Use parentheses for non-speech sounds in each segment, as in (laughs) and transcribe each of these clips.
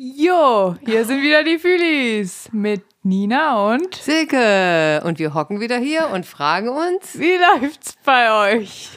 Hallo, hier sind wieder die Fühlis mit Nina und Silke. Und wir hocken wieder hier und fragen uns. wie läuft's bei euch?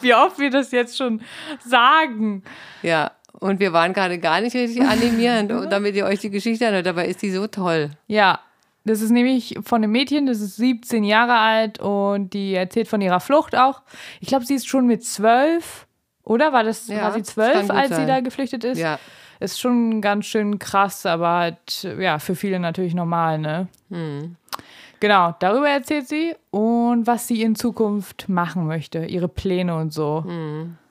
Wie oft wir das jetzt schon sagen. Ja, und wir waren gerade gar nicht richtig animierend, damit ihr euch die Geschichte anhört. Dabei ist die so toll. Ja, das ist nämlich von einem Mädchen, das ist 17 Jahre alt und die erzählt von ihrer Flucht auch. Ich glaube, sie ist schon mit 12, oder? War, das, Ja, war sie das kann 12, gut als sie sein. da geflüchtet ist? Ja, Ist schon ganz schön krass, aber halt, ja, für viele natürlich normal, ne? Hm. Genau, darüber erzählt sie und was sie in Zukunft machen möchte, ihre Pläne und so.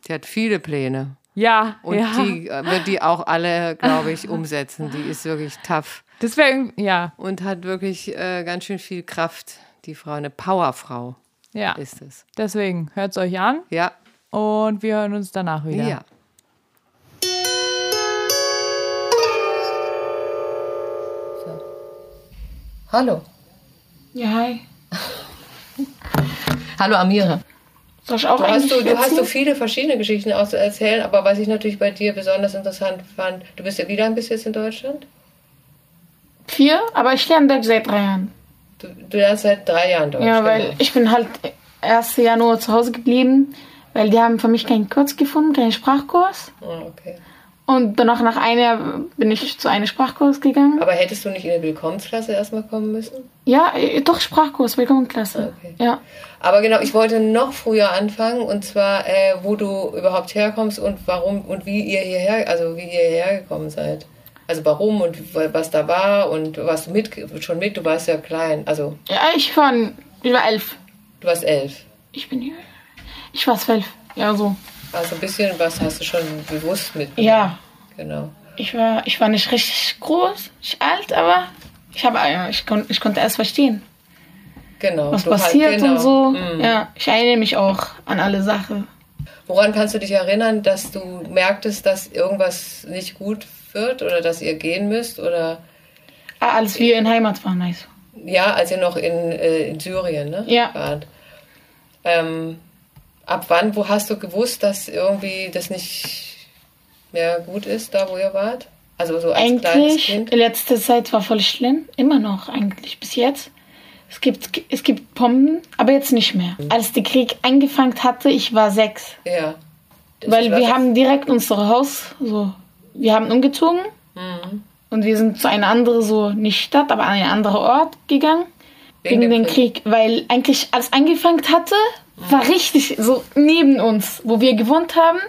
die hat viele Pläne. Ja, Hm. Und ja. die äh, wird die auch alle, glaube ich, umsetzen. Die ist wirklich tough das wäre irgendwie, ja, und hat wirklich äh, ganz schön viel Kraft. Die Frau, eine Powerfrau ja. ist es. Deswegen hört es euch an Ja, und wir hören uns danach wieder. ja. Hallo. Ja, hi. Hallo Amira. Soll ich auch Du hast, eigentlich so, du hast so erzählen? viele verschiedene Geschichten auch zu erzählen, aber was ich natürlich bei dir besonders interessant fand, du bist ja, wie lange bist du jetzt in Deutschland? vier, aber ich lerne Deutsch seit drei Jahren. Du, du lernst seit drei Jahren Deutsch. Ja, genau. weil ich bin halt 1. Januar zu Hause geblieben, weil die haben für mich keinen Kurs gefunden, keinen Sprachkurs. Ah, okay. Und danach nach einem Jahr bin ich zu einem Sprachkurs gegangen. Aber hättest du nicht in eine Willkommensklasse erstmal kommen müssen? Ja, äh, doch Sprachkurs, Willkommenklasse. Okay. Ja. Aber genau, ich wollte noch früher anfangen und zwar, äh, wo du überhaupt herkommst und warum und wie ihr hierher, also wie ihr hierher gekommen seid. Also warum und w- was da war und was mit schon mit, du warst ja klein, also Ja, ich war, ich war elf. du warst elf. Ich bin ich war zwölf. Ja, so. Also ein bisschen was hast du schon bewusst mit. Ja. Genau. Ich war, ich war nicht richtig groß, nicht alt, aber ich habe, äh, ich, kon, ich konnte es verstehen. Genau. was du halt- passiert genau. und so. Mm. Ja, ich erinnere mich auch an alle Sachen. Woran kannst du dich erinnern, dass du merktest, dass irgendwas nicht gut wird oder dass ihr gehen müsst? Oder Ah, als wir in Heimat waren, also. ja, als ihr noch in, äh, in Syrien ne, Ja. wart. Ähm, ab wann, wo hast du gewusst, dass irgendwie das nicht mehr gut ist, da wo ihr wart? Also so als kleines Eigentlich, Kind? die letzte Zeit war voll schlimm. Immer noch, eigentlich, bis jetzt. Es gibt, es gibt Bomben, aber jetzt nicht mehr. Als der Krieg angefangen hatte, ich war sechs. Ja. Das weil war- wir haben direkt unser Haus, so, wir haben umgezogen. Mhm. Und wir sind zu einer anderen, so, nicht Stadt, aber an einen anderen Ort gegangen. Wegen Wegen, dem dem Krieg. Weil eigentlich, als angefangen hatte, Mhm. war richtig so neben uns, wo wir gewohnt haben.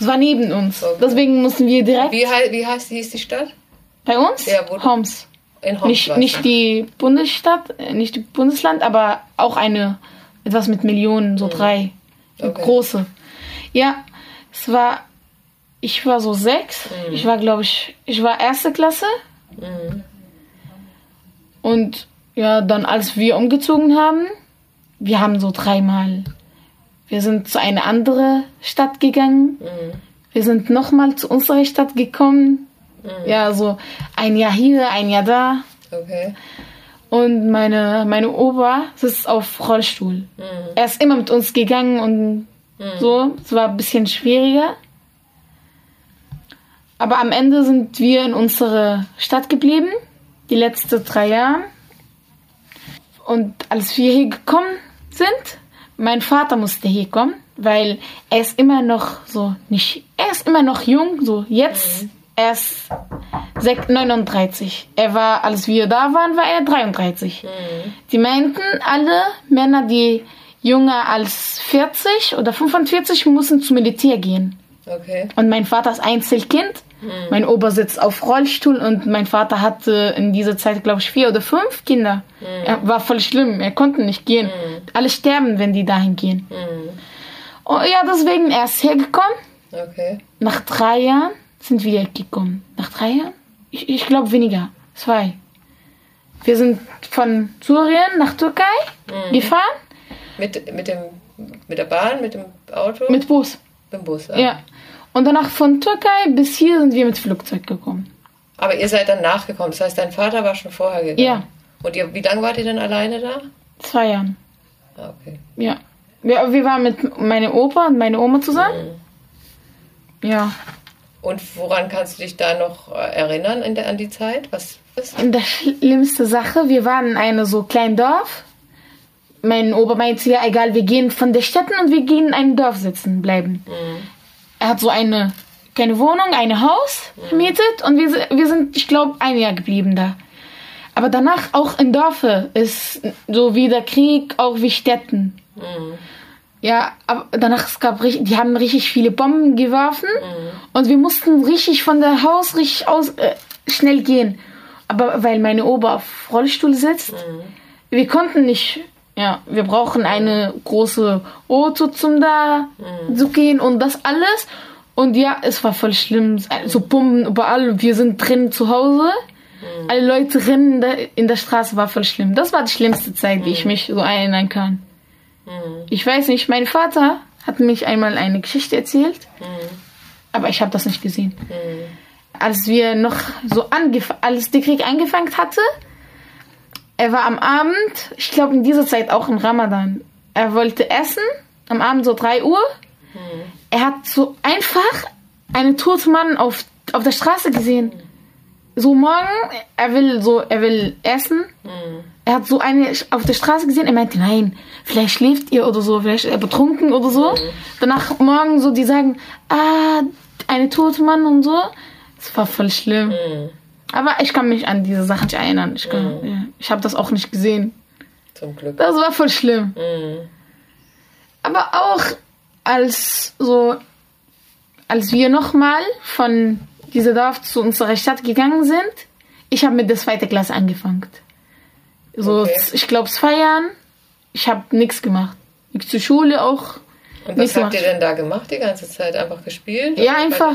Es war neben uns. Okay. Deswegen mussten wir direkt Wie, hei- wie heißt, hieß die Stadt? bei uns, Ja, wo du- Homs. In Homs Nicht, war's, ne? nicht die Bundesstadt, äh, nicht die Bundesland, aber auch eine, etwas mit Millionen, so drei. Mhm. Eine Okay. große. Ja, es war, ich war so sechs. Mhm. Ich war, glaube ich, ich war erste Klasse. Und ja, dann als wir umgezogen haben, wir haben so dreimal. Wir sind zu einer anderen Stadt gegangen. Mhm. Wir sind nochmal zu unserer Stadt gekommen. Mhm. Ja, so ein Jahr hier, ein Jahr da. Okay. Und meine, meine Oma sitzt auf Rollstuhl. Er ist immer mit uns gegangen und so. Es war ein bisschen schwieriger. Aber am Ende sind wir in unsere Stadt geblieben, die letzten drei Jahre. Und als wir hier gekommen sind, mein Vater musste hier kommen, weil er ist immer noch so nicht, er ist immer noch jung, so jetzt, er ist sech- 39. Er war, als wir da waren, war er 33. Die meinten, alle Männer, die jünger als 40 oder 45 müssen zum Militär gehen. Okay. Und mein Vater ist Einzelkind. Mein Opa sitzt auf Rollstuhl und mein Vater hatte in dieser Zeit, glaube ich, vier oder fünf Kinder. Er war voll schlimm, er konnte nicht gehen. Alle sterben, wenn die dahin gehen. Oh, ja, deswegen, er ist hergekommen. Okay. Nach drei Jahren sind wir gekommen. Nach drei Jahren? Ich, ich glaube weniger. Zwei. Wir sind von Syrien nach Türkei gefahren Mit, mit, dem, mit der Bahn, mit dem Auto, mit mit Bus. dem Bus. ah. Ja. Und danach von Türkei bis hier sind wir mit Flugzeug gekommen. Aber ihr seid dann nachgekommen. Das heißt, dein Vater war schon vorher gegangen. Ja. Und ihr, wie lange wart ihr denn alleine da? Zwei Jahren. Ah, Okay. Ja. Wir, wir waren mit meinem Opa und meiner Oma zusammen. Ja. Und woran kannst du dich da noch äh, erinnern in der, an die Zeit? Was ist? Und das schlimmste Sache, wir waren in einem so kleinen Dorf. Mein Opa meinte, ja, egal, wir gehen von der Städten und wir gehen in einem Dorf sitzen bleiben. Er hat so eine keine Wohnung, ein Haus vermietet und wir, si- wir sind, ich glaube, ein Jahr geblieben da. Aber danach auch in Dörfer ist so wie der Krieg, auch wie Städten. Ja, aber danach es gab richtig, die haben richtig viele Bomben geworfen und wir mussten richtig von der Haus richtig aus äh, schnell gehen. Aber weil meine Oma auf Rollstuhl sitzt, wir konnten nicht. Ja, wir brauchen eine große Auto zum da zu gehen und das alles. Und ja, es war voll schlimm. So Bomben überall. Wir sind drin zu Hause. Alle Leute rennen da in der Straße war voll schlimm. Das war die schlimmste Zeit, die ich mich so erinnern kann. Ich weiß nicht, mein Vater hat mich einmal eine Geschichte erzählt, aber ich habe das nicht gesehen. Als wir noch so angef als der Krieg angefangen hatte, er war am Abend, ich glaube in dieser Zeit auch im Ramadan, er wollte essen, am Abend so 3 Uhr. Er hat so einfach einen toten Mann auf, auf der Straße gesehen. So morgen, er will so, er will essen. Er hat so eine auf der Straße gesehen. Er meinte, nein, vielleicht schläft ihr oder so, vielleicht ist er betrunken oder so. Danach morgen so, die sagen, ah, eine tote Mann und so. Es war voll schlimm. Aber ich kann mich an diese Sachen nicht erinnern. Ich, kann- ja, ich habe das auch nicht gesehen. Zum Glück. Das war voll schlimm. Mhm. Aber auch als so, als wir nochmal von dieser Dorf zu unserer Stadt gegangen sind, ich habe mit der zweiten Klasse angefangen. So, Okay. z- ich glaube, zwei Jahren. Ich habe nichts gemacht. Nichts zur Schule auch. Und nichts was habt gemacht. ihr denn da gemacht die ganze Zeit? Einfach gespielt? Ja, einfach.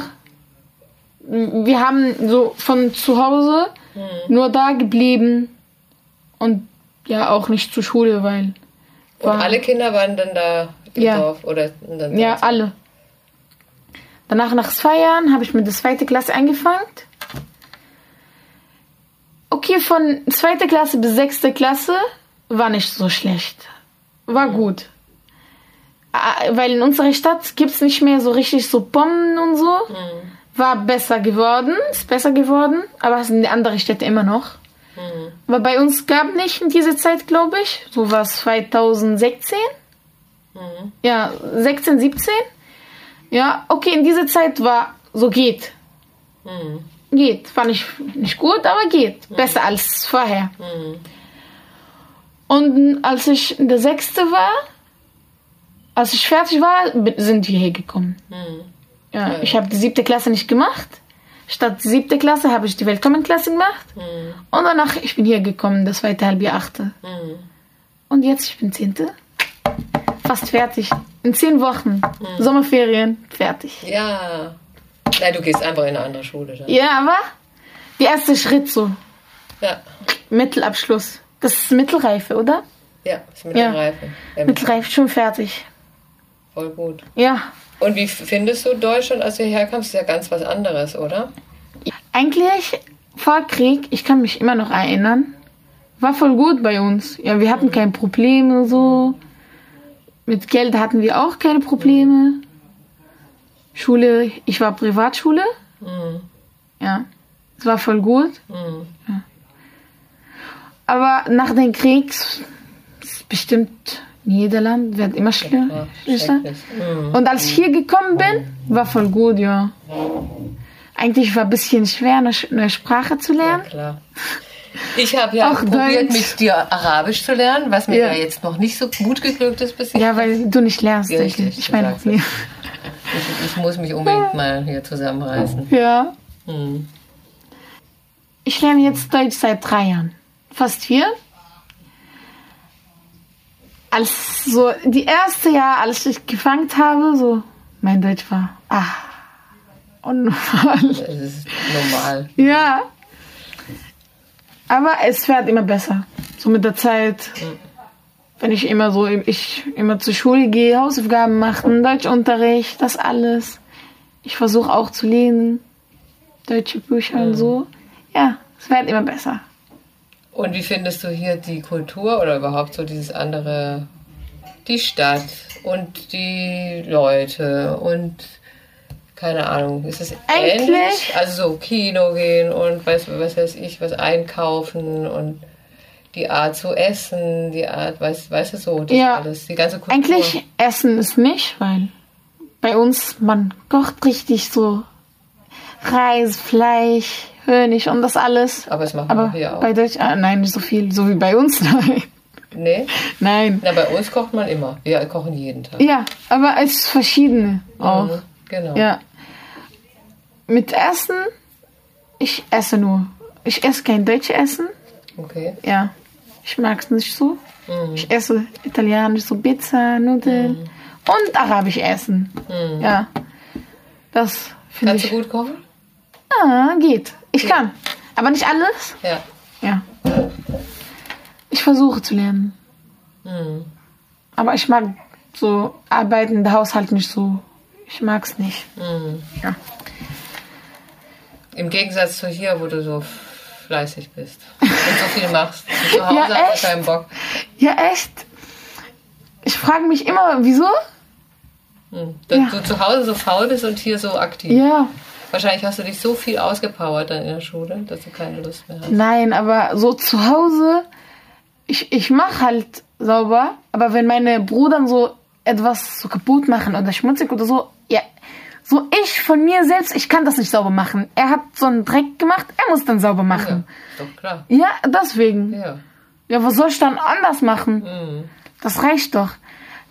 Wir haben so von zu Hause Mhm. nur da geblieben und ja auch nicht zur Schule, weil Und alle Kinder waren dann da im Ja. Dorf? Oder in der ja alle. Danach nach zwei Jahren habe ich mit der zweiten Klasse angefangen. Okay, von zweiter Klasse bis sechste Klasse war nicht so schlecht, war gut, Ah, weil in unserer Stadt gibt's nicht mehr so richtig so Bomben und so. war besser geworden, ist besser geworden, aber es sind andere Städte immer noch. Aber bei uns gab nicht in dieser Zeit, glaube ich, so war es 2016. Ja, 16, 17. Ja, okay, in dieser Zeit war so geht. Geht, fand ich nicht gut, aber geht. Besser als vorher. Und als ich in der sechste war, als ich fertig war, bin- sind wir hergekommen. Ja, ich habe die siebte Klasse nicht gemacht. Statt siebte Klasse habe ich die Willkommenklasse gemacht. Und danach, ich bin hier gekommen, das zweite Halbjahr achte. Und jetzt, ich bin zehnte. Fast fertig. In zehn Wochen. Sommerferien. Fertig. Ja. Nein, du gehst einfach in eine andere Schule dann. Ja, aber der erste Schritt so. Ja. Mittelabschluss. Das ist Mittelreife, oder? Ja, ist mit ja. Reifen. Ähm, Mittelreife schon fertig. voll gut. Ja. Und wie f- findest du Deutschland, als du hierher kamst? Ist ja ganz was anderes, oder? Eigentlich vor Krieg, ich kann mich immer noch erinnern, war voll gut bei uns. Ja, wir hatten keine Probleme so. Mit Geld hatten wir auch keine Probleme. Schule, ich war Privatschule. Mhm. Ja, es war voll gut. Ja. Aber nach dem Krieg s- ist bestimmt Niederland wird immer schlimmer. Ja, schrecklich. Mhm. Und als ich hier gekommen bin, war voll gut, ja. Eigentlich war ein bisschen schwer, eine Sch- neue Sprache zu Ja, lernen. klar. Ich habe ja Ach, probiert, Deutsch. mit dir Arabisch zu lernen, was mir ja. Ja. jetzt noch nicht so gut geglückt ist bis jetzt. Ja, weil du nicht lernst. Ja, ich richtig, ich meine, du Ich, ich muss mich unbedingt mal hier zusammenreißen. ja. Mhm. Ich lerne jetzt Deutsch seit drei Jahren. Fast vier. Als so die erste Jahr, als ich gefangen habe, so mein Deutsch war. Ah. Und Das ist normal. Ja. Aber es wird immer besser. So mit der Zeit. Wenn ich immer so, ich immer zur Schule gehe, Hausaufgaben machen, Deutschunterricht, das alles. Ich versuche auch zu lesen. Deutsche Bücher und so. Ja, es wird immer besser. Und wie findest du hier die Kultur oder überhaupt so dieses andere, die Stadt und die Leute und keine Ahnung, ist es Eigentlich- ähnlich? Also so Kino gehen und weiß, was weiß ich, was einkaufen und die Art zu essen, die Art, weiß, weißt du so, das Ja. alles, die ganze Kultur. Eigentlich essen ist nicht, weil bei uns man kocht richtig so Reis, Fleisch, Honig und das alles. Aber das machen wir Aber hier auch. bei Deutsch, ah, nein, nicht so viel, so wie bei uns, (laughs) nein. Nee? Nein. Na, bei uns kocht man immer. Wir kochen jeden Tag. Ja, aber als verschiedene auch. Mhm, Genau. Ja. Mit Essen, ich esse nur. Ich esse kein deutsches Essen. Okay. Ja. Ich mag es nicht so. Mhm. Ich esse italienisch, so Pizza, Nudeln und arabisch essen. Ja. Das finde Mhm. Kannst du ich. gut kochen? Ah, geht. Ich kann. Aber nicht alles. Ja. Ja. Ich versuche zu lernen. Aber ich mag so arbeiten, der Haushalt nicht so. Ich mag's nicht. Ja. Im Gegensatz zu hier, wo du so fleißig bist und so viel machst. Zu Hause Ja, hast echt? du keinen Bock. Ja, echt. Ich frage mich immer, wieso? Hm. Dass Ja. du zu Hause so faul bist und hier so aktiv. Ja. Wahrscheinlich hast du dich so viel ausgepowert dann in der Schule, dass du keine Lust mehr hast. Nein, aber so zu Hause, ich, ich mache halt sauber, aber wenn meine Brüder so etwas so kaputt machen oder schmutzig oder so, ja, so ich von mir selbst, ich kann das nicht sauber machen. Er hat so einen Dreck gemacht, er muss dann sauber Ja, machen. ist doch klar. Ja, deswegen. Ja. Ja, was soll ich dann anders machen? Mhm. Das reicht doch.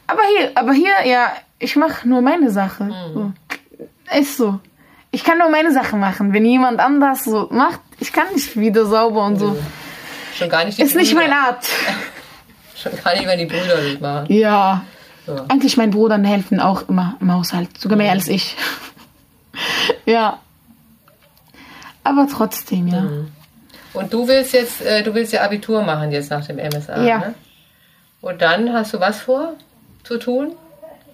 Aber hier, aber hier, ja, ich mache nur meine Sache. Mhm. So. Ist so. Ich kann nur meine Sache machen. Wenn jemand anders so macht, ich kann nicht wieder sauber und so. Mhm. Schon gar nicht die Ist nicht Brüder. meine (laughs) Art. Schon gar nicht, wenn die Brüder das machen. Ja. Ja. Mhm. Eigentlich mein Bruder helfen auch immer im Haushalt. Sogar mehr als ich. (laughs) ja. Aber trotzdem, ja. Mhm. Und du willst jetzt, äh, du willst ja Abitur machen jetzt nach dem MSA. Ja. Ne? Und dann hast du was vor zu tun?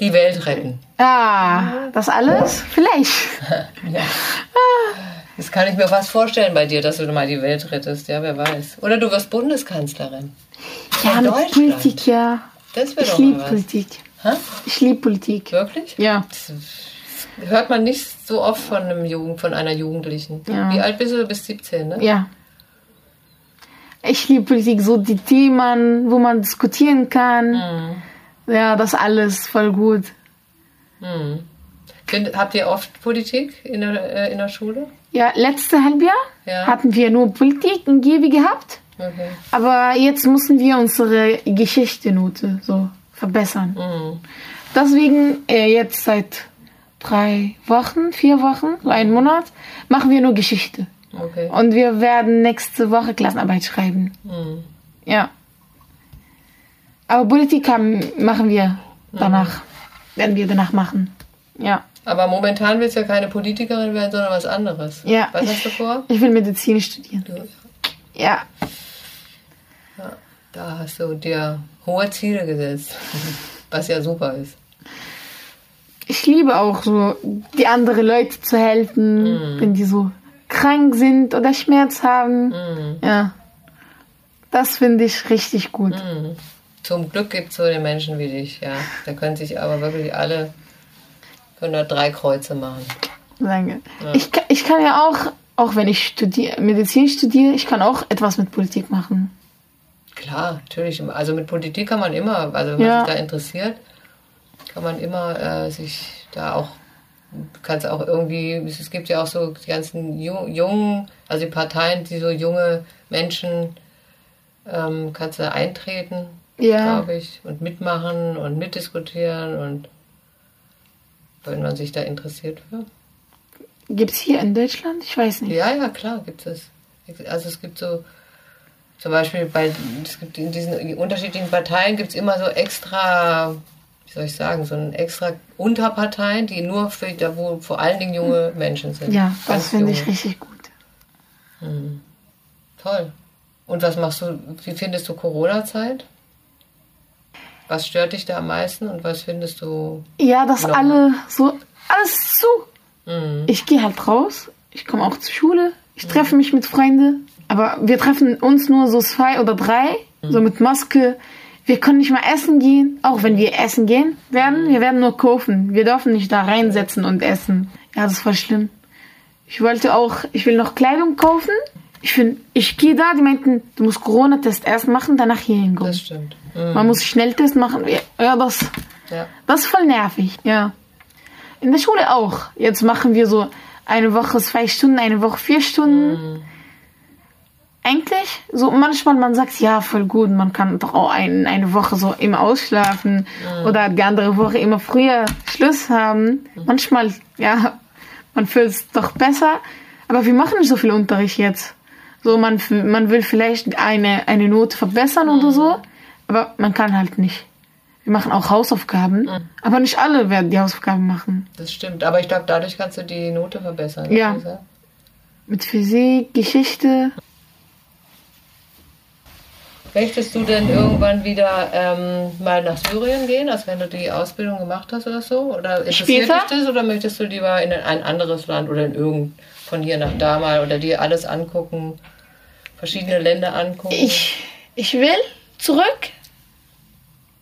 Die Welt retten. Ah, das alles? Vielleicht. Das kann ich mir fast vorstellen bei dir, dass du mal die Welt rettest, ja, wer weiß. Oder du wirst Bundeskanzlerin. Ja, In mit Deutschland. Politik, ja. Das wäre Ich doch mal liebe was. Politik. Hä? Ich liebe Politik. Wirklich? Ja. Das hört man nicht so oft von einem Jugend, von einer Jugendlichen. Ja. Wie alt bist du? Du bist 17, ne? Ja. Ich liebe Politik, so die Themen, wo man diskutieren kann. Mhm. Ja, das alles voll gut. Mhm. Sind- Habt ihr oft Politik in der, äh, in der Schule? Ja, letzte Halbjahr Ja. hatten wir nur Politik in Gebi gehabt, Okay. aber jetzt müssen wir unsere Geschichtenote so verbessern. Mhm. Deswegen äh, jetzt seit drei Wochen, vier Wochen, so einen Monat, machen wir nur Geschichte. Okay. Und wir werden nächste Woche Klassenarbeit schreiben. Mhm. Ja. Aber Politik haben, machen wir danach. Werden wir danach machen. Ja. Aber momentan willst du ja keine Politikerin werden, sondern was anderes. Ja. Was hast du vor? Ich will Medizin studieren. Du, Ja. da hast du dir hohe Ziele gesetzt, (laughs) was ja super ist. Ich liebe auch so, die anderen Leute zu helfen, wenn die so krank sind oder Schmerz haben. Mhm. Ja. Das finde ich richtig gut. Mhm. Zum Glück gibt es so den Menschen wie dich, ja. Da können sich aber wirklich alle, können da drei Kreuze machen. Danke. Ich, ka- ich kann ja auch, auch wenn ich studier, Medizin studiere, ich kann auch etwas mit Politik machen. Klar, natürlich. Also mit Politik kann man immer, also wenn Ja. man sich da interessiert, kann man immer äh, sich da auch, kannst auch irgendwie, es gibt ja auch so die ganzen Ju- jungen, also die Parteien, die so junge Menschen, ähm, kannst du da eintreten, Ja. glaube ich, und mitmachen und mitdiskutieren und wenn man sich da interessiert für. Gibt es hier in Deutschland? Ich weiß nicht. Ja, ja, klar gibt es. Also es gibt so, zum Beispiel bei, es gibt in diesen unterschiedlichen Parteien gibt es immer so extra, wie soll ich sagen, so ein extra Unterparteien, die nur für, da wo vor allen Dingen junge Menschen sind. Hm. Ja, das Ganz finde ich junge. richtig gut. Toll. Und was machst du, wie findest du Corona-Zeit? Was stört dich da am meisten und was findest du, Ja, dass Genau. alle so alles zu. Mhm. Ich gehe halt raus, ich komme auch zur Schule, ich treffe mich mit Freunden, aber wir treffen uns nur so zwei oder drei, so mit Maske Wir können nicht mal essen gehen. Auch wenn wir essen gehen werden, wir werden nur kaufen. Wir dürfen nicht da reinsetzen und essen. Ja, das ist voll schlimm. Ich wollte auch, ich will noch Kleidung kaufen. Ich finde, ich gehe da, die meinten, du musst Corona-Test erst machen, danach hier Das hinkommen. stimmt. Hm, Man muss Schnelltest machen. Ja, Ja, das, Ja. das ist voll nervig. Ja. In der Schule auch. Jetzt machen wir so eine Woche zwei Stunden, eine Woche vier Stunden. Eigentlich, so manchmal, man sagt, ja, voll gut, man kann doch auch ein, eine Woche so immer ausschlafen oder die andere Woche immer früher Schluss haben. Manchmal, ja, man fühlt es doch besser, aber wir machen nicht so viel Unterricht jetzt. So, man, f- man will vielleicht eine, eine Note verbessern oder so, aber man kann halt nicht. Wir machen auch Hausaufgaben, aber nicht alle werden die Hausaufgaben machen. Das stimmt. Aber ich glaube, dadurch kannst du die Note verbessern. Ja. Lisa. Mit Physik, Geschichte. Möchtest du denn irgendwann wieder ähm, mal nach Syrien gehen, als wenn du die Ausbildung gemacht hast oder so? Oder interessiert Später? dich das oder möchtest du lieber in ein anderes Land oder in irgend von hier nach da mal oder dir alles angucken, verschiedene Länder angucken? Ich, ich will zurück.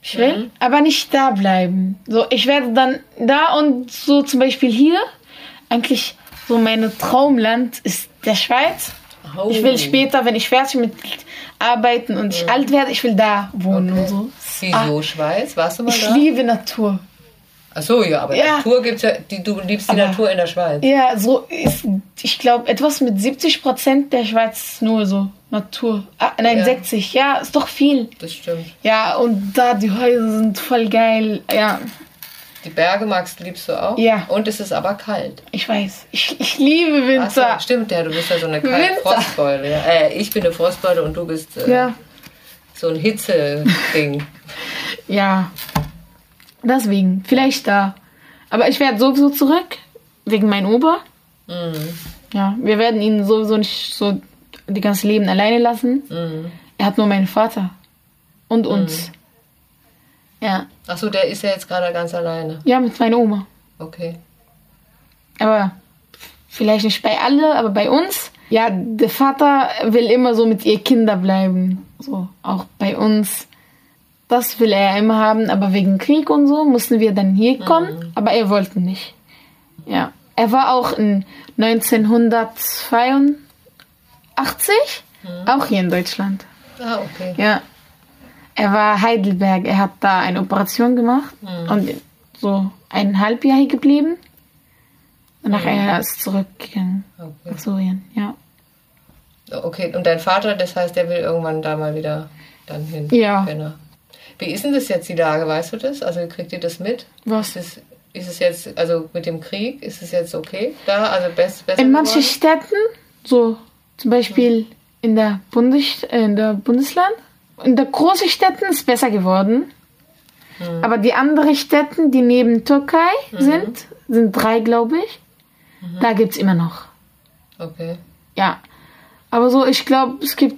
Ich will, aber nicht da bleiben. So, ich werde dann da und so zum Beispiel hier. Eigentlich so mein Traumland ist der Schweiz. Oh. Ich will später, wenn ich fertig mit Arbeiten und ich alt werde, ich will da wohnen und so. Wieso Schweiz? Warst du mal Ah. Ich da? liebe Natur. Ach so, ja, aber Ja. Natur gibt's ja, die, du liebst die Aber- Natur in der Schweiz. Ja, so ist, ich glaube, etwas mit 70 Prozent der Schweiz ist nur so Natur. Ah, nein, Ja. 60. Ja, ist doch viel. Das stimmt. Ja, und da die Häuser sind voll geil. Ja, Die Berge magst, liebst du auch? Ja. Und es ist aber kalt. ich weiß. Ich, ich liebe Ach so, Winter. stimmt, ja, du bist ja so eine kalte Winter. Frostbeule. Ja. Äh, ich bin eine Frostbeule und du bist äh, ja. so ein Hitze-Ding. Ja. Deswegen, vielleicht da. Aber ich werde sowieso zurück, wegen meinem Opa. Ja, wir werden ihn sowieso nicht so die ganze Leben alleine lassen. Er hat nur meinen Vater. Und uns. Ja. Achso, der ist ja jetzt gerade ganz alleine. Ja, mit meiner Oma. Okay. Aber vielleicht nicht bei alle, aber bei uns. Ja, der Vater will immer so mit ihr Kinder bleiben. So, auch bei uns. Das will er immer haben, aber wegen Krieg und so mussten wir dann hier kommen, aber er wollte nicht. Ja. Er war auch in 1982 auch hier in Deutschland. Ah, okay. Ja. Er war Heidelberg. Er hat da eine Operation gemacht Hm. und so eineinhalb Jahre geblieben. Danach er ist zurückgegangen Hm. Ah, okay. Oh, nach Syrien. Ja. Okay, und dein Vater, das heißt, der will irgendwann da mal wieder dann hin. Ja. Wenn er- Wie ist denn das jetzt die Lage, weißt du das? Also kriegt ihr das mit? Ist Was? es, ist es jetzt, also mit dem Krieg, ist es jetzt okay da? Also best, besser In manchen geworden? Hm. Städten, so zum Beispiel in der, Bundes äh, in der Bundesland, in der großen Städten ist besser geworden. Hm. Aber die anderen Städten, die neben Türkei sind, sind drei, glaube ich, Hm. da gibt es immer noch. Okay. Ja. Aber so, ich glaube, es gibt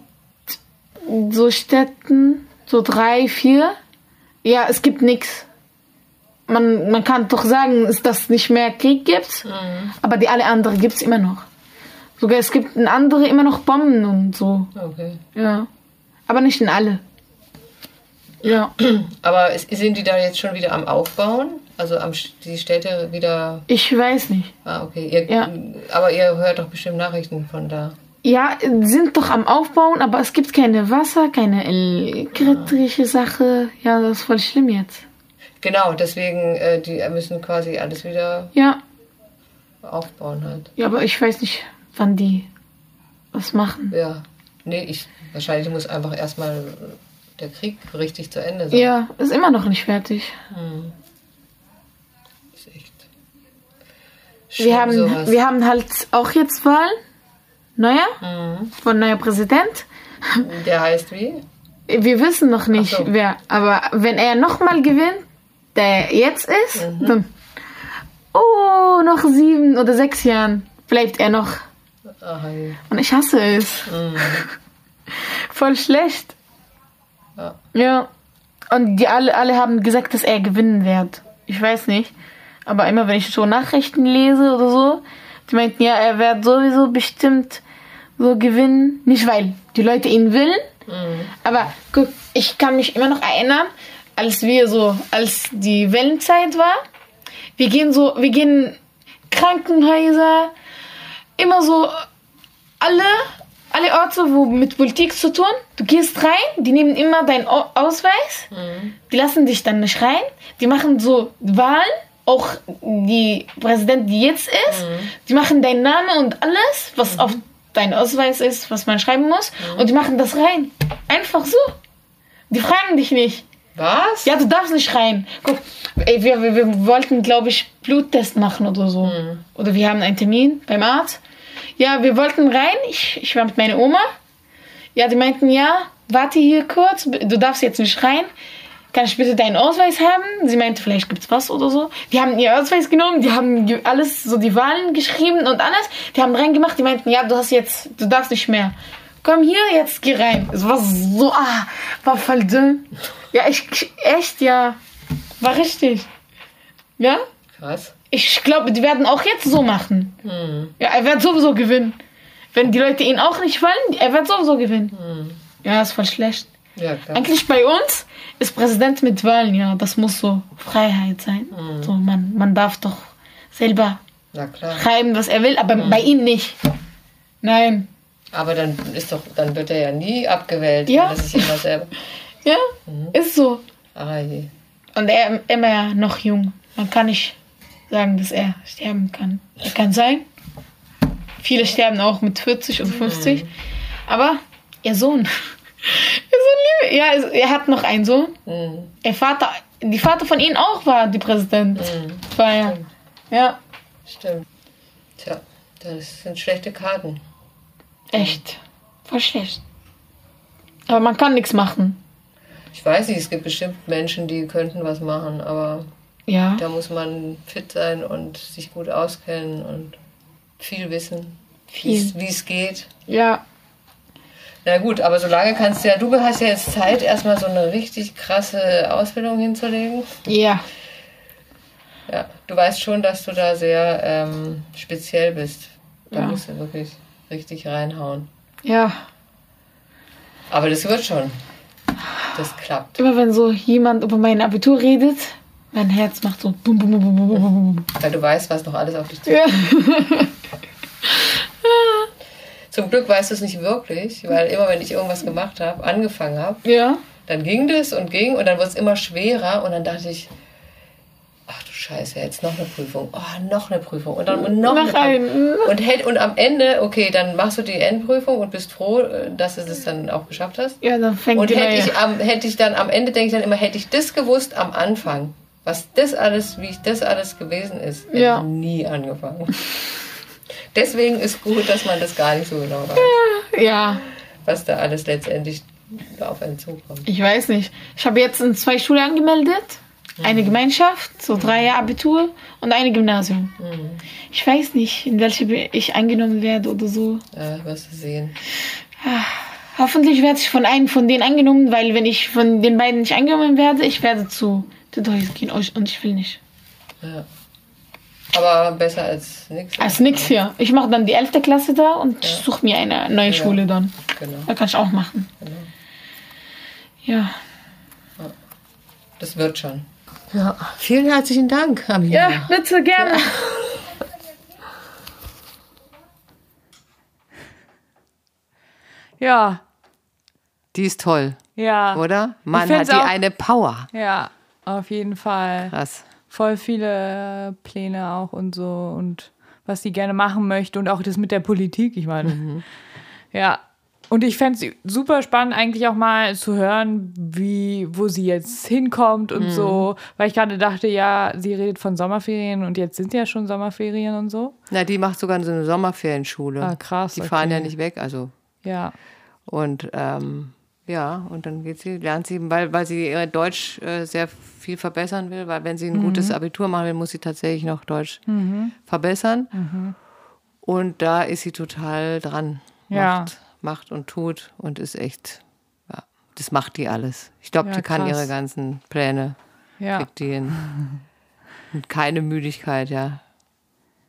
so Städten, so drei, vier. Ja, es gibt nichts. Man, man kann doch sagen, ist, dass es nicht mehr Krieg gibt, aber die alle anderen gibt es immer noch. Sogar es gibt in andere immer noch Bomben und so. Okay. Ja. Aber nicht in alle. Ja. Aber es- sind die da jetzt schon wieder am Aufbauen? Also am, Sch- die Städte wieder. Ich weiß nicht. Ah, okay. Ihr, Ja. Aber ihr hört doch bestimmt Nachrichten von da. Ja, sind doch am Aufbauen, aber es gibt keine Wasser, keine elektrische Sache. Ja, das ist voll schlimm jetzt. Genau, deswegen, äh, die müssen quasi alles wieder Ja. aufbauen halt. Ja, aber ich weiß nicht, wann die was machen. Ja. Nee, ich wahrscheinlich muss einfach erstmal der Krieg richtig zu Ende sein. Ja, ist immer noch nicht fertig. Ist echt. schlimm, Wir haben, sowas. wir haben halt auch jetzt Wahlen. Neuer? Mhm. Von neuer Präsident. Der heißt wie? Wir wissen noch nicht, Ach so. wer. Aber wenn er nochmal gewinnt, der jetzt ist, Mhm. dann. Oh, noch sieben oder sechs Jahren bleibt er noch. Aha, ja. Und ich hasse es. Voll schlecht. Ja. Ja. Und die alle, alle haben gesagt, dass er gewinnen wird. Ich weiß nicht. Aber immer wenn ich so Nachrichten lese oder so, die meinten, ja, er wird sowieso bestimmt so gewinnen. Nicht weil die Leute ihn willen, Aber guck, ich kann mich immer noch erinnern, als wir so, als die Wellenzeit war, wir gehen so, wir gehen Krankenhäuser, immer so alle, alle Orte, wo mit Politik zu tun. Du gehst rein, die nehmen immer deinen Au- Ausweis, die lassen dich dann nicht rein, die machen so Wahlen, auch die Präsident, die jetzt ist, die machen deinen Namen und alles, was auf deinen Ausweis ist, was man schreiben muss, und die machen das rein. Einfach so. Die fragen dich nicht. Was? Ja, du darfst nicht rein. Guck, ey, wir, wir, wir wollten, glaube ich, Bluttest machen oder so. Oder wir haben einen Termin beim Arzt. Ja, wir wollten rein. Ich, ich war mit meiner Oma. Ja, die meinten, ja, warte hier kurz. Du darfst jetzt nicht rein. Kann ich bitte deinen Ausweis haben? Sie meinte, vielleicht gibt's was oder so. Die haben ihr Ausweis genommen, die haben ge- alles, so die Wahlen geschrieben und alles. Die haben reingemacht, die meinten, ja, du hast jetzt, du darfst nicht mehr. Komm hier, jetzt geh rein. Es war so, ah, war voll dumm. Ja, ich, echt, ja. War richtig. Ja? Krass. Ich glaube, die werden auch jetzt so machen. Ja, er wird sowieso gewinnen. Wenn die Leute ihn auch nicht wollen, er wird sowieso gewinnen. Ja, ist voll schlecht. Ja, klar. Eigentlich bei uns ist Präsident mit Wahlen, ja, das muss so Freiheit sein. So, man, man darf doch selber Na klar. schreiben, was er will, aber bei ihm nicht. Nein. Aber dann ist doch, dann wird er ja nie abgewählt. Ja. Das ist immer selber. Ja, ist so. Ah, je. Und er immer noch jung. Man kann nicht sagen, dass er sterben kann. Er kann sein. Viele sterben auch mit 40 und 50. Aber ihr Sohn. (laughs) Ihr Sohn liebe. Ja, es- er hat noch einen Sohn. Hm. Ihr Vater, die Vater von ihnen auch war die Präsident. War ja. Ja, Stimmt. Tja, das sind schlechte Karten. echt. Voll schlecht. Aber man kann nichts machen. Ich weiß nicht, es gibt bestimmt Menschen, die könnten was machen, aber Ja. da muss man fit sein und sich gut auskennen und viel wissen, wie Viel. es- wie es geht. Ja. Na gut, aber solange kannst du ja, du hast ja jetzt Zeit, erstmal so eine richtig krasse Ausbildung hinzulegen. Ja. Ja, du weißt schon, dass du da sehr ähm, speziell bist. Da Ja. musst du wirklich richtig reinhauen. Ja. Aber das wird schon. Das klappt. Immer wenn so jemand über mein Abitur redet, mein Herz macht so bum bum bum bum bum bum bum. bum. Weil du weißt, was noch alles auf dich zukommt. Ja. Zum Glück weißt du es nicht wirklich, weil immer wenn ich irgendwas gemacht habe, angefangen habe, Ja. dann ging das und ging und dann wurde es immer schwerer und dann dachte ich, ach du Scheiße, jetzt noch eine Prüfung, oh, noch eine Prüfung und dann und noch Noch eine ein. und, hält, und am Ende, okay, dann machst du die Endprüfung und bist froh, äh, dass du es dann auch geschafft hast. genau, Ja, dann fängt Und die hätte neue. ich, am, hätte ich dann am Ende, denke ich dann immer, hätte ich das gewusst am Anfang, was das alles, wie ich das alles gewesen ist, hätte Ja. ich nie angefangen. (laughs) Deswegen ist gut, dass man das gar nicht so genau weiß, ja, was da alles letztendlich auf einen zukommt. ich weiß nicht. Ich habe jetzt in zwei Schulen angemeldet. Mhm. Eine Gemeinschaft, so drei Jahre Abitur und eine Gymnasium. Mhm. Ich weiß nicht, in welche ich eingenommen werde oder so. Ja, wirst du äh, sehen. Hoffentlich werde ich von einem von denen angenommen, weil wenn ich von den beiden nicht angenommen werde, ich werde zu Tutorials gehen und ich will nicht. Ja. Aber besser als nichts. Als nix hier. Ich mache dann die 11. Klasse da und suche mir eine neue Schule dann. Genau. Da kann ich auch machen. Ja. Das wird schon. Ja. Vielen herzlichen Dank, Amina. Ja, bitte, gerne. Ja, Die ist toll, ja. oder? Ich Man hat find's die auch- eine Power. Ja, auf jeden Fall. Krass. Voll viele Pläne auch und so und was sie gerne machen möchte und auch das mit der Politik, ich meine. Mhm. Ja. Und ich fände es super spannend, eigentlich auch mal zu hören, wie, wo sie jetzt hinkommt Mhm. und so. Weil ich gerade dachte, ja, sie redet von Sommerferien und jetzt sind ja schon Sommerferien und so. Na, die macht sogar so eine Sommerferienschule. Ah, krass, Die fahren ja okay. nicht weg, also. Ja. Und ähm, ja, und dann geht sie, lernt sie, weil, weil sie ihr Deutsch äh, sehr viel verbessern will, weil wenn sie ein gutes Mhm. Abitur machen will, muss sie tatsächlich noch Deutsch verbessern. Mhm. Und da ist sie total dran. Ja. Macht, macht und tut und ist echt, ja, das macht die alles. Ich glaube, Ja, die kann krass. ihre ganzen Pläne Ja. kriegt die hin. Und keine Müdigkeit, ja.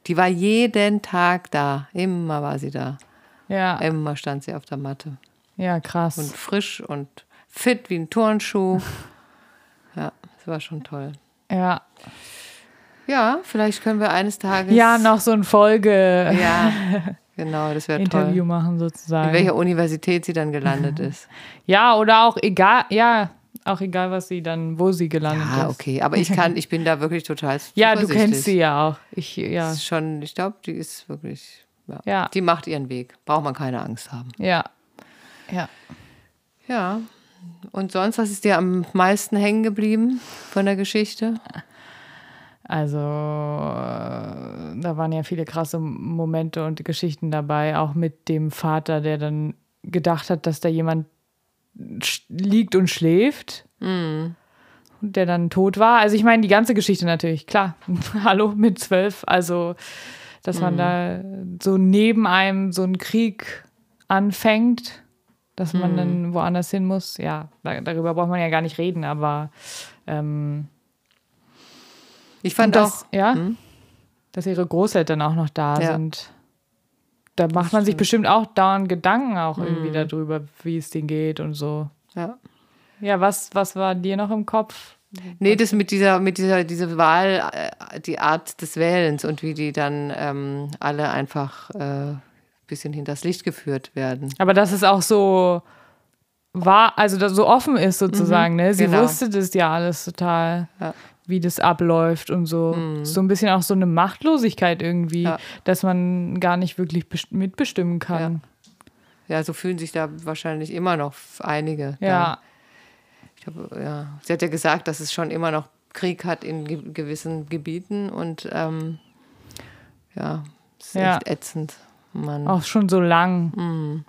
Die war jeden Tag da. Immer war sie da. Ja. Immer stand sie auf der Matte. Ja, krass. Ähm, und frisch und fit wie (laughs) ein Turnschuh. ja, das war schon toll. ja. Ja, vielleicht können wir eines Tages. ja, noch so ein Folge-Interview (laughs) Ja, genau, das wäre toll. machen sozusagen. In welcher Universität sie dann gelandet ist. Ja, oder auch egal, ja, auch egal, was sie dann, wo sie gelandet Ah, ist. okay. Aber ich kann, ich bin da wirklich total. (laughs) Ja, du zuversichtlich. kennst sie ja auch. Ich, ja, Das ist schon, ich glaube, die ist wirklich. Ja. Ja. Die macht ihren Weg. Braucht man keine Angst haben. ja, ja. Ja. Und sonst, was ist dir am meisten hängen geblieben von der Geschichte? Also, äh, da waren ja viele krasse Momente und Geschichten dabei, auch mit dem Vater, der dann gedacht hat, dass da jemand sch- liegt und schläft. Und der dann tot war. Also, ich meine, die ganze Geschichte natürlich, klar. (laughs) Hallo, mit zwölf. Also, dass man da so neben einem so einen Krieg anfängt, dass man dann woanders hin muss. Ja, da, darüber braucht man ja gar nicht reden, aber. Ähm, Ich und fand das, auch. ja, dass ihre Großeltern auch noch da Hm? Ja. sind. Da macht man sich bestimmt auch dauernd Gedanken auch irgendwie Hm. darüber, wie es denen geht und so. Ja. Ja, was, was war dir noch im Kopf? Nee, das mit dieser, mit dieser, diese Wahl, äh, die Art des Wählens und wie die dann ähm, alle einfach äh, ein bisschen hinters Licht geführt werden. Aber dass es auch so war, also dass so offen ist sozusagen, ne? Sie genau. wusste das ja alles total, Ja. Mhm. wie das abläuft und so. So ein bisschen auch so eine Machtlosigkeit irgendwie, Ja. dass man gar nicht wirklich best- mitbestimmen kann. Ja, so fühlen sich da wahrscheinlich immer noch einige. Ja, da. Ich hab, ja. Sie hat ja gesagt, dass es schon immer noch Krieg hat in ge gewissen Gebieten und ähm, ja, es ist Ja. echt ätzend. Mann. Auch schon so lang. Mhm.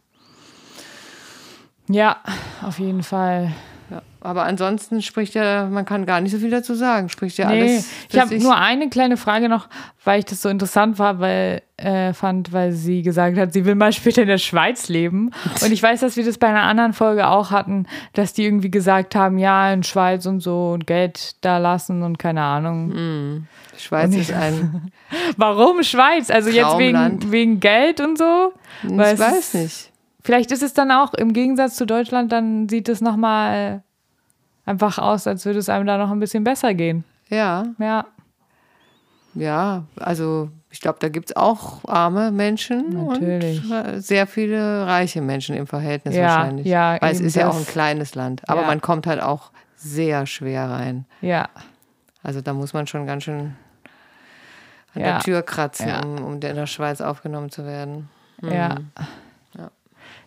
Ja, auf jeden Fall. Ja. Aber ansonsten spricht ja, man kann gar nicht so viel dazu sagen. Spricht ja Nee, alles. für ich habe sich. nur eine kleine Frage noch, weil ich das so interessant war, weil, äh, fand, weil sie gesagt hat, sie will mal (laughs) später in der Schweiz leben. Und ich weiß, dass wir das bei einer anderen Folge auch hatten, dass die irgendwie gesagt haben, ja, in Schweiz und so und Geld da lassen und keine Ahnung. Mhm. Schweiz ist ein. Warum Schweiz? Also jetzt wegen, Traumland. Hm, wegen Geld und so? Ich (laughs) Weil es weiß ist- nicht. Vielleicht ist es dann auch im Gegensatz zu Deutschland, dann sieht es nochmal einfach aus, als würde es einem da noch ein bisschen besser gehen. Ja, Ja, Ja, also ich glaube, da gibt es auch arme Menschen Natürlich. und äh, sehr viele reiche Menschen im Verhältnis Ja, wahrscheinlich. ja, Weil es eben ist ja das. auch ein kleines Land. Aber Ja. man kommt halt auch sehr schwer rein. ja, Also da muss man schon ganz schön Ja. an der Tür kratzen, Ja. um, um in der Schweiz aufgenommen zu werden. ja.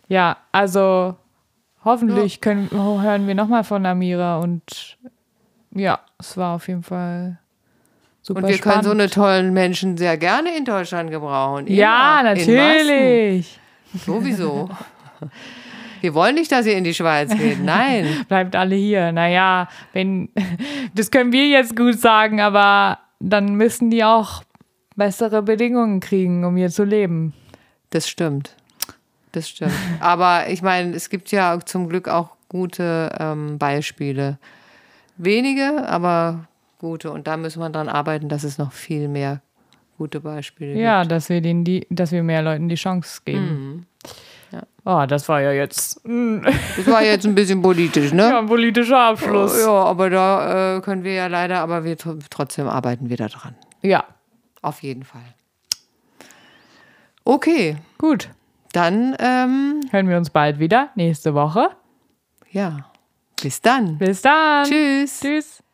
Ja, also hoffentlich Können, hören wir nochmal von Amira und ja, es war auf jeden Fall super Und wir können spannend. so eine tollen Menschen sehr gerne in Deutschland gebrauchen. ja, Immer. In Massen. natürlich. Sowieso. Wir wollen nicht, dass ihr in die Schweiz geht. (laughs) Nein. Bleibt alle hier. Naja, wenn, (laughs) das können wir jetzt gut sagen, aber dann müssen die auch bessere Bedingungen kriegen, um hier zu leben. Das stimmt. Das stimmt. Aber ich meine, es gibt ja zum Glück auch gute ähm, Beispiele. Wenige, aber gute. Und da müssen wir dran arbeiten, dass es noch viel mehr gute Beispiele Ja, dass wir denen die, dass wir mehr Leuten die Chance geben. Mhm. Oh, das war ja (laughs) jetzt mm, gibt. Das war jetzt ein bisschen politisch, ja, ne? ein politischer Abschluss. Ja, aber da äh, können wir ja leider, aber wir tr- trotzdem arbeiten wir da dran. Ja, Auf jeden Fall. Okay, gut. dann ähm, Hören wir uns bald wieder nächste Woche. ja. Bis dann. Bis dann. Tschüss. Tschüss.